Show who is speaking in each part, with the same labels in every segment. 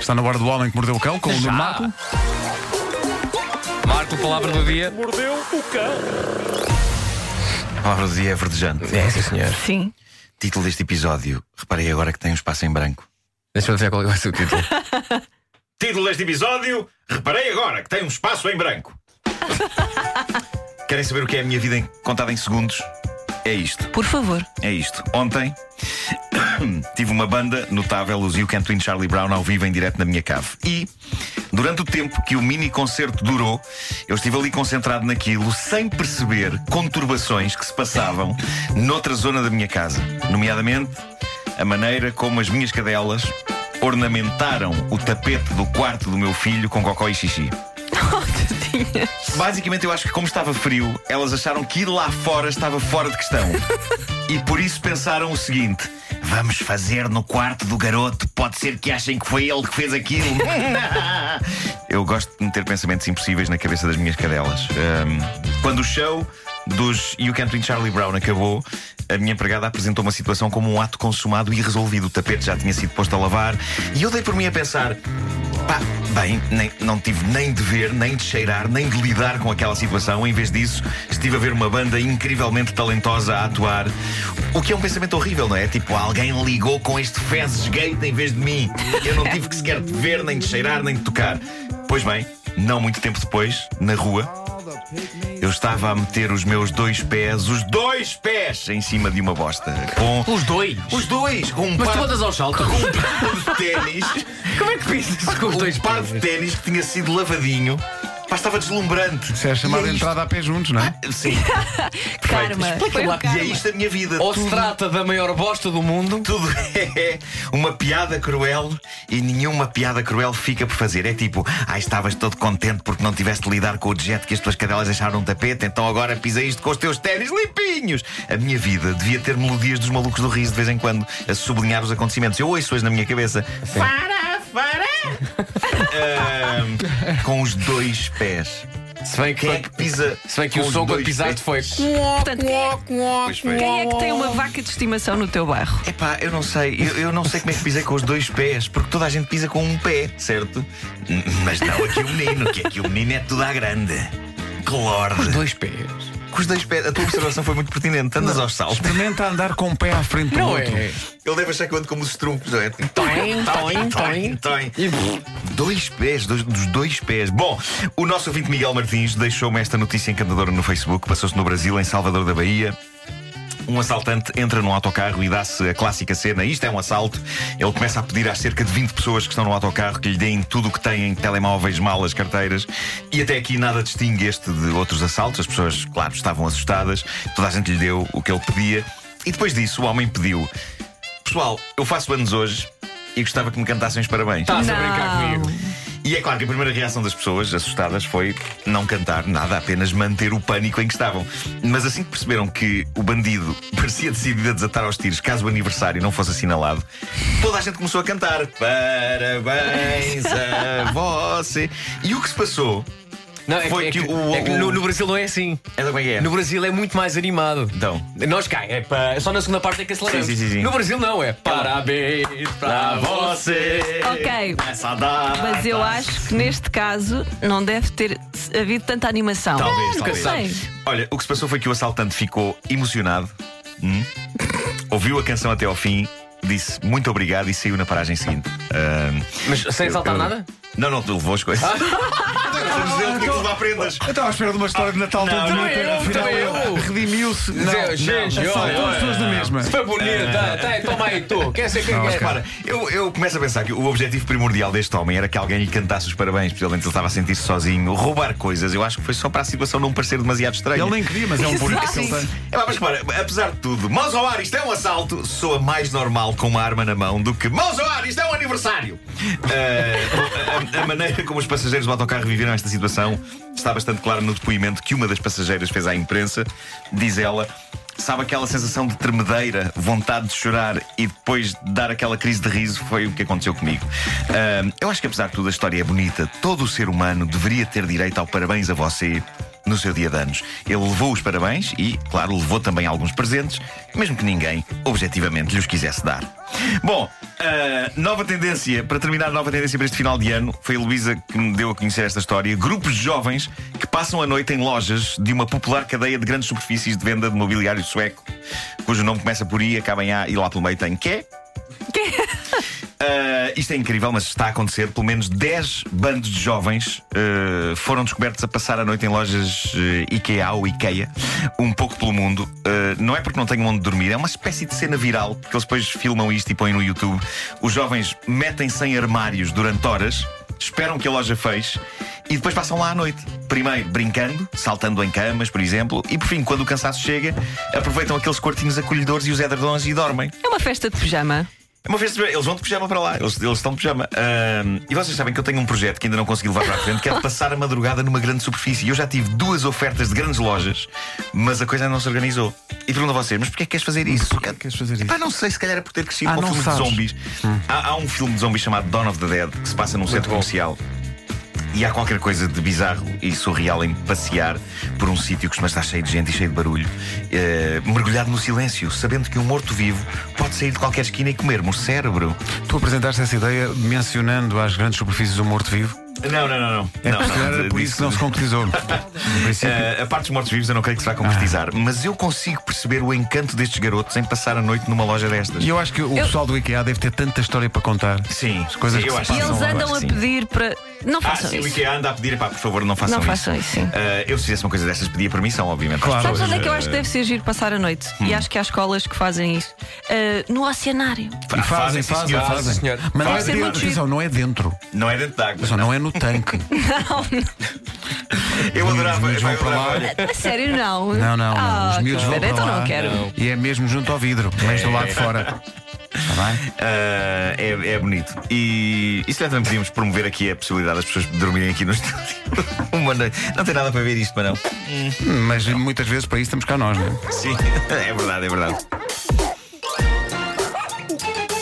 Speaker 1: Está na hora do Homem que Mordeu o Cão com o Nuno
Speaker 2: Já.
Speaker 1: Marco.
Speaker 2: Marco, palavra do dia.
Speaker 3: Mordeu o cão.
Speaker 4: A palavra do dia é verdejante.
Speaker 2: É, sim, senhor.
Speaker 5: Sim.
Speaker 4: Título deste episódio. Reparei agora que tem um espaço em branco.
Speaker 2: Deixa-me ver qual é o seu título.
Speaker 4: Título deste episódio. Reparei agora que tem um espaço em branco. Querem saber o que é a minha vida em- contada em segundos? É isto.
Speaker 5: Por favor.
Speaker 4: É isto. Ontem tive uma banda notável, os You Can Twin Charlie Brown, ao vivo em direto na minha cave. E, durante o tempo que o mini concerto durou, eu estive ali concentrado naquilo, sem perceber conturbações que se passavam noutra zona da minha casa. Nomeadamente, a maneira como as minhas cadelas ornamentaram o tapete do quarto do meu filho com cocó e xixi.
Speaker 5: Oh,
Speaker 4: Basicamente, eu acho que, como estava frio, elas acharam que ir lá fora estava fora de questão. e por isso pensaram o seguinte: vamos fazer no quarto do garoto. Pode ser que achem que foi ele que fez aquilo. eu gosto de meter pensamentos impossíveis na cabeça das minhas cadelas. Ahm, quando o show dos You Can't Win Charlie Brown acabou, a minha empregada apresentou uma situação como um ato consumado e resolvido. O tapete já tinha sido posto a lavar e eu dei por mim a pensar. Pá, bem, nem- não tive nem de ver, nem de cheirar, nem de lidar com aquela situação. Em vez disso, estive a ver uma banda incrivelmente talentosa a atuar. O que é um pensamento horrível, não é? Tipo, alguém ligou com este fezes gate em vez de mim. Eu não tive que sequer de ver, nem de cheirar, nem de tocar. Pois bem, não muito tempo depois, na rua, eu estava a meter os meus dois pés, os dois pés, em cima de uma bosta. Com
Speaker 2: Os dois.
Speaker 4: os dois, com um
Speaker 2: Mas
Speaker 4: par um
Speaker 2: tu andas ao salto. Como
Speaker 4: de ténis.
Speaker 2: é que fizes com os dois
Speaker 4: Um par de ténis que tinha sido lavadinho. Pá, estava deslumbrante.
Speaker 1: Isso é a chamada
Speaker 4: E isto-
Speaker 1: entrada a pé juntos, não é?
Speaker 4: Sim.
Speaker 5: Karma. Foi o
Speaker 4: E é isto a minha vida.
Speaker 2: Ou se
Speaker 4: tudo,
Speaker 2: trata da maior bosta do mundo.
Speaker 4: tudo é uma piada cruel e nenhuma piada cruel fica por fazer. É tipo, ah, estavas todo contente porque não tiveste de lidar com o objeto que as tuas cadelas deixaram no tapete, então agora pisa isto com os teus ténis limpinhos. A minha vida devia ter melodias dos malucos do riso de vez em quando a sublinhar os acontecimentos. Eu ouço-as na minha cabeça. Fara, fara! Ahm, com os dois pés.
Speaker 2: Se bem que,
Speaker 4: Quem é que pisa?
Speaker 2: se bem que o
Speaker 4: com os
Speaker 2: som quando
Speaker 4: dois
Speaker 2: pisaste
Speaker 4: pés?
Speaker 2: foi.
Speaker 5: Portanto,
Speaker 4: Pois foi.
Speaker 5: quem é que tem uma vaca de estimação no teu bairro?
Speaker 4: Epá, eu não sei, eu, eu não sei como é que pisei com os dois pés, porque toda a gente pisa com um pé, certo? N- Mas não aqui o menino, que aqui o menino é tudo à grande. Que lorde.
Speaker 2: Dois pés.
Speaker 4: Com os dois pés, a tua observação foi muito pertinente, andas aos saltos.
Speaker 1: Experimenta andar com um pé à frente do
Speaker 2: Não
Speaker 1: outro.
Speaker 2: é?
Speaker 4: Ele deve achar que eu ando como os truncos, não é?
Speaker 2: Toim, toim, toim.
Speaker 4: Tem.
Speaker 2: E
Speaker 4: Dois pés, dois- dos dois pés. Bom, o nosso ouvinte Miguel Martins deixou-me esta notícia encantadora no Facebook. Passou-se no Brasil, em Salvador da Bahia. Um assaltante entra num autocarro e dá-se a clássica cena: isto é um assalto. Ele começa a pedir às cerca de 20 pessoas que estão no autocarro que lhe deem tudo o que têm: telemóveis, malas, carteiras. E até aqui nada distingue este de outros assaltos. As pessoas, claro, estavam assustadas. Toda a gente lhe deu o que ele pedia. E depois disso, o homem pediu: Pessoal, eu faço anos hoje e gostava que me cantassem os parabéns.
Speaker 2: Estás a
Speaker 5: Não.
Speaker 2: brincar comigo.
Speaker 4: E é claro que a primeira reação das pessoas assustadas foi não cantar nada, apenas manter o pânico em que estavam. Mas assim que perceberam que o bandido parecia decidido a desatar aos tiros caso o aniversário não fosse assinalado, toda a gente começou a cantar Parabéns a você. E o que se passou?
Speaker 2: Não, é,
Speaker 4: Foi
Speaker 2: que, é
Speaker 4: que
Speaker 2: que-
Speaker 4: o-
Speaker 2: é que
Speaker 4: o-
Speaker 2: no, no Brasil não é assim.
Speaker 4: É como é que é?
Speaker 2: No Brasil é muito mais animado.
Speaker 4: Então.
Speaker 2: Nós cá, é pá, só na segunda parte é que aceleramos.
Speaker 4: Sim, sim, sim, sim.
Speaker 2: No Brasil não, é parabéns para
Speaker 4: A
Speaker 2: você.
Speaker 4: você!
Speaker 5: Ok.
Speaker 4: Essa data.
Speaker 5: Mas eu
Speaker 4: tá.
Speaker 5: acho que neste caso não deve ter havido tanta animação.
Speaker 4: Talvez,
Speaker 5: Nunca
Speaker 4: talvez.
Speaker 5: sei.
Speaker 4: Olha, o que se passou foi que o assaltante ficou emocionado, hum, ouviu a canção até ao fim, disse muito obrigado e saiu na paragem seguinte. Ahm,
Speaker 2: Mas sem
Speaker 4: eu-
Speaker 2: saltar
Speaker 4: eu-
Speaker 2: nada?
Speaker 4: Não, não, tu levou as coisas. Vamos dizer, tinha que levar prendas.
Speaker 1: Eu estava à espera de uma história de Natal tão
Speaker 4: Não, não,
Speaker 1: bonita.
Speaker 2: eu,
Speaker 1: afinal,
Speaker 2: também
Speaker 1: ele
Speaker 2: eu.
Speaker 1: Redimiu-se. Não,
Speaker 2: Zé,
Speaker 1: não.
Speaker 2: gente, olha,
Speaker 1: São
Speaker 2: olha.
Speaker 1: as pessoas da mesma.
Speaker 2: Foi
Speaker 4: Ah.
Speaker 2: bonita, tá, toma aí tu. Quer ser quem é?
Speaker 4: Repara, eu, eu começo a pensar que o objetivo primordial deste homem era que alguém lhe cantasse os parabéns, principalmente ele estava a sentir-se sozinho. Roubar coisas, eu acho que foi só para a situação não parecer demasiado estranha.
Speaker 1: Ele nem queria, mas é um
Speaker 5: Exato.
Speaker 1: bonito que ele tem.
Speaker 4: É, pá, mas repara, apesar de tudo, mãos ao ar, isto é um assalto, soa mais normal com uma arma na mão do que mãos ao ar, isto é um aniversário. Ah, a, a maneira como os passageiros do autocarro viveram esta situação está bastante clara no depoimento que uma das passageiras fez à imprensa. Diz ela. Sabe aquela sensação de tremedeira, vontade de chorar e depois dar aquela crise de riso? Foi o que aconteceu comigo. Ah, eu acho que, apesar de tudo, a história é bonita. Todo o ser humano deveria ter direito ao parabéns a você no seu dia de anos. Ele levou os parabéns e, claro, levou também alguns presentes, mesmo que ninguém, objetivamente, lhes quisesse dar. Bom, ah, nova tendência, para terminar, nova tendência para este final de ano, foi a Luísa que me deu a conhecer esta história. Grupos de jovens que passam a noite em lojas de uma popular cadeia de grandes superfícies de venda de mobiliário sueco, cujo nome começa por I, acaba em A e lá pelo meio tem Quê? Uh, isto é incrível, mas está a acontecer. Pelo menos 10 bandos de jovens uh, foram descobertos a passar a noite em lojas uh, IKEA ou IKEA, um pouco pelo mundo. Uh, não é porque não tenham onde dormir, é uma espécie de cena viral, porque eles depois filmam isto e põem no YouTube. Os jovens metem-se em armários durante horas, esperam que a loja feche e depois passam lá à noite. Primeiro brincando, saltando em camas, por exemplo, e por fim, quando o cansaço chega, aproveitam aqueles quartinhos acolhedores e os edredons e dormem.
Speaker 5: É uma festa de pijama.
Speaker 4: É Uma vez eles vão de pijama para lá, eles, eles estão de pijama. Ahm, e vocês sabem que eu tenho um projeto que ainda não consegui levar para a frente, que é de passar a madrugada numa grande superfície. E Eu já tive duas ofertas de grandes lojas, mas a coisa ainda não se organizou. E pergunto a vocês, mas porquê é que queres fazer isso? Porquê
Speaker 1: queres fazer isso?
Speaker 4: Epá, não sei, se calhar é por ter crescido
Speaker 1: Ah,
Speaker 4: com
Speaker 1: não
Speaker 4: filmes de
Speaker 1: sabes.
Speaker 4: zombies. Há, há um filme de zombies chamado Dawn of the Dead que se passa num centro
Speaker 2: bom.
Speaker 4: comercial. E há qualquer coisa de bizarro e surreal em passear por um sítio que costuma estar cheio de gente e cheio de barulho, eh, mergulhado no silêncio, sabendo que um morto-vivo pode sair de qualquer esquina e comer-me o cérebro.
Speaker 1: Tu apresentaste essa ideia mencionando às grandes superfícies o morto-vivo.
Speaker 4: Não, não, não, não.
Speaker 1: É
Speaker 4: não,
Speaker 1: porque se calhar era
Speaker 4: de-
Speaker 1: por isso
Speaker 4: disso-
Speaker 1: que não se concretizou. No princípio.
Speaker 4: Eh, a parte dos mortos-vivos eu não creio que se vá concretizar, mas eu consigo perceber o encanto destes garotos em passar a noite numa loja destas.
Speaker 1: E eu acho que o
Speaker 5: Eu-
Speaker 1: pessoal do IKEA deve ter tanta história para contar.
Speaker 4: Sim,
Speaker 1: As coisas
Speaker 4: sim,
Speaker 1: que
Speaker 4: eu
Speaker 1: se
Speaker 4: acho
Speaker 5: E
Speaker 4: que
Speaker 1: passam
Speaker 5: eles
Speaker 4: sim.
Speaker 1: agora.
Speaker 5: andam a
Speaker 4: sim.
Speaker 5: pedir para. Não
Speaker 4: Ah,
Speaker 5: façam
Speaker 4: sim, o
Speaker 5: isso.
Speaker 4: IKEA anda a pedir, pá, por favor, não façam
Speaker 5: Não
Speaker 4: isso.
Speaker 5: façam isso, sim.
Speaker 4: Eh, eu, se fizesse uma coisa dessas, pedia permissão, obviamente.
Speaker 1: Claro.
Speaker 5: Sabes
Speaker 1: Pois,
Speaker 5: onde é que eu acho que deve ser giro passar a noite? E acho que há escolas que fazem isso. Ah, no oceanário.
Speaker 1: E fazem,
Speaker 4: sim,
Speaker 1: fazem,
Speaker 4: senhor.
Speaker 1: fazem.
Speaker 2: Sim, senhor.
Speaker 1: Mas não é,
Speaker 5: Fazem
Speaker 1: dentro,
Speaker 5: muito giro.
Speaker 1: atenção, não é dentro.
Speaker 4: Não é dentro de água.
Speaker 1: Atenção, não é no tanque.
Speaker 4: Eu
Speaker 1: Os
Speaker 4: adorava.
Speaker 1: miúdos vão
Speaker 4: eu
Speaker 1: para lá.
Speaker 4: adorava.
Speaker 5: A sério, não.
Speaker 1: Não, não, não.
Speaker 5: Ah,
Speaker 1: Os miúdos vão
Speaker 5: cara,
Speaker 1: para
Speaker 5: então
Speaker 1: lá.
Speaker 5: não quero.
Speaker 1: E é mesmo junto ao vidro, mas do lado de fora. Está bem?
Speaker 4: Eh, é, é bonito. E, e se calhar também podíamos promover aqui a possibilidade das pessoas dormirem aqui no estúdio uma noite. Não tem nada para ver isto, para não.
Speaker 1: Mas muitas vezes para isso estamos cá nós, não é?
Speaker 4: Sim, é verdade, é verdade.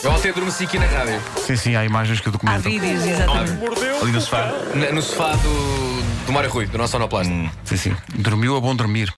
Speaker 2: Eu ontem adormeci aqui na rádio.
Speaker 1: Sim, sim, há imagens que
Speaker 5: Há
Speaker 1: documentam.
Speaker 5: vídeos, exatamente.
Speaker 4: Ali no sofá.
Speaker 2: Na- No sofá do, do Mário Rui, do nosso sonoplasta.
Speaker 1: Sim, sim. Dormiu a bom dormir.